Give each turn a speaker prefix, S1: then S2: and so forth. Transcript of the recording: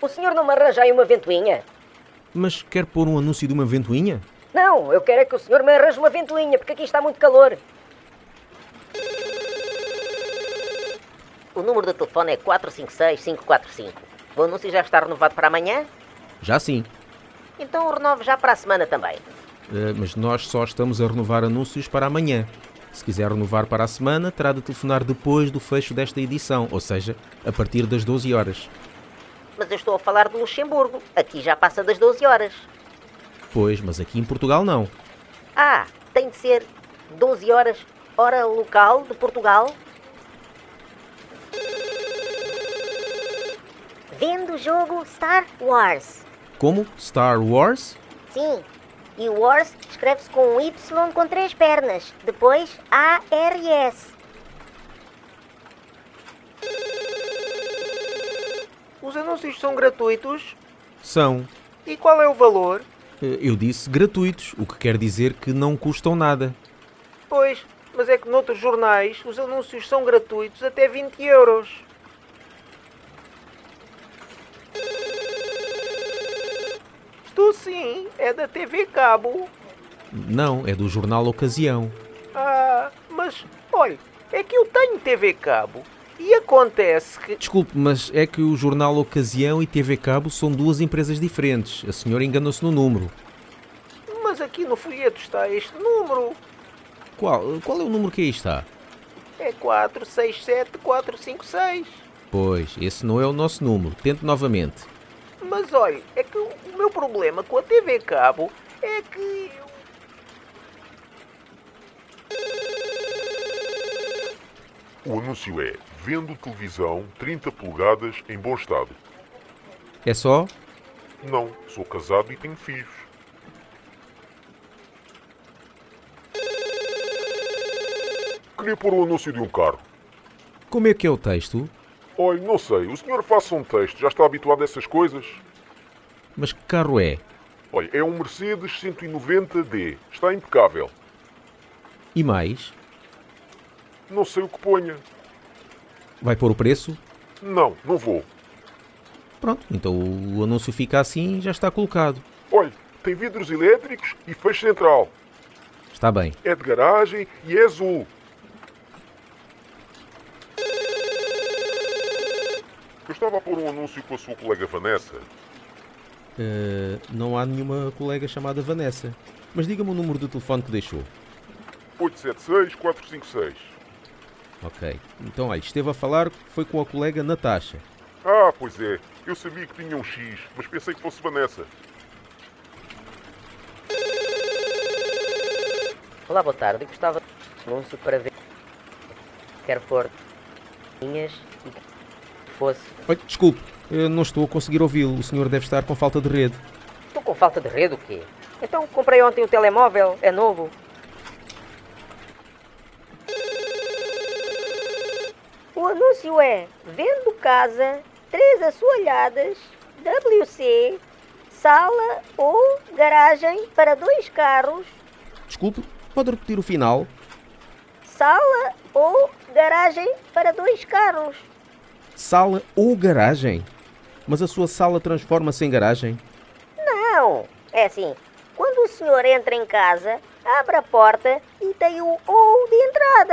S1: O senhor não me arranja aí uma ventoinha?
S2: Mas quer pôr um anúncio de uma ventoinha?
S1: Não, eu quero é que o senhor me arranje uma ventoinha, porque aqui está muito calor.
S3: O número do telefone é 456-545. O anúncio já está renovado para amanhã?
S2: Já sim.
S3: Então o renovo já para a semana também.
S2: Eh, mas nós só estamos a renovar anúncios para amanhã. Se quiser renovar para a semana, terá de telefonar depois do fecho desta edição, ou seja, a partir das 12 horas.
S3: Mas eu estou a falar do Luxemburgo. Aqui já passa das 12 horas.
S2: Pois, mas aqui em Portugal não.
S3: Ah, tem de ser 12 horas, hora local de Portugal.
S4: Vendo o jogo Star Wars.
S2: Como Star Wars?
S4: Sim. E o Wars escreve-se com um Y com três pernas. Depois A-R-S.
S5: Os anúncios são gratuitos?
S2: São,
S5: E qual é o valor?
S2: eh, eu disse, gratuitos, o que quer dizer que não custam nada.
S5: Pois, mas é que noutros jornais os anúncios são gratuitos até 20 euros. Estou sim, é da TV Cabo.
S2: Não, é do jornal Ocasião.
S5: Ah, mas olha, é que eu tenho TV Cabo. E acontece que.
S2: Desculpe, mas é que o jornal Ocasião e TV Cabo são duas empresas diferentes. A senhora enganou-se no número.
S5: Mas aqui no folheto está este número.
S2: Qual, qual é o número que aí está?
S5: É 467456.
S2: Pois, esse não é o nosso número. Tente novamente.
S5: Mas olha, é que o meu problema com a TV Cabo é que.
S6: O anúncio é: vendo televisão 30 polegadas em bom estado.
S2: É só?
S6: Não, sou casado e tenho filhos. Queria pôr o anúncio de um carro.
S2: Como é que é o texto?
S6: Olha, não sei, o senhor faça um texto, já está habituado a essas coisas?
S2: Mas que carro é?
S6: Olha, é um Mercedes 190D, está impecável.
S2: E mais?
S6: Não sei o que ponha.
S2: Vai pôr o preço?
S6: Não, não vou.
S2: Pronto, então o anúncio fica assim e já está colocado.
S6: Olha, tem vidros elétricos e fecho central.
S2: Está bem.
S6: É de garagem e é azul. Eu estava a pôr um anúncio com a sua colega Vanessa.
S2: Eh, não há nenhuma colega chamada Vanessa. Mas diga-me o número do telefone que deixou.
S6: 876-456.
S2: Ok. Então, olha, esteve a falar foi com a colega Natasha.
S6: Ah, pois é. Eu sabia que tinha um X, mas pensei que fosse Vanessa.
S3: Olá, boa tarde. Eu gostava de um anúncio para ver. Quero pôr linhas e que fosse.
S2: Oi, desculpe, eu não estou a conseguir ouvi-lo. O senhor deve estar com falta de rede.
S3: Estou com falta de rede o quê? Então comprei ontem o telemóvel, é novo.
S4: O anúncio é Vendo casa, três assoalhadas, WC, sala ou garagem para dois carros,
S2: Desculpe, pode repetir o final?
S4: sala ou garagem para dois carros.
S2: Sala ou garagem? Mas a sua sala transforma-se em garagem?
S4: Não, é assim. Quando o senhor entra em casa, abre a porta e tem o ou de entrada.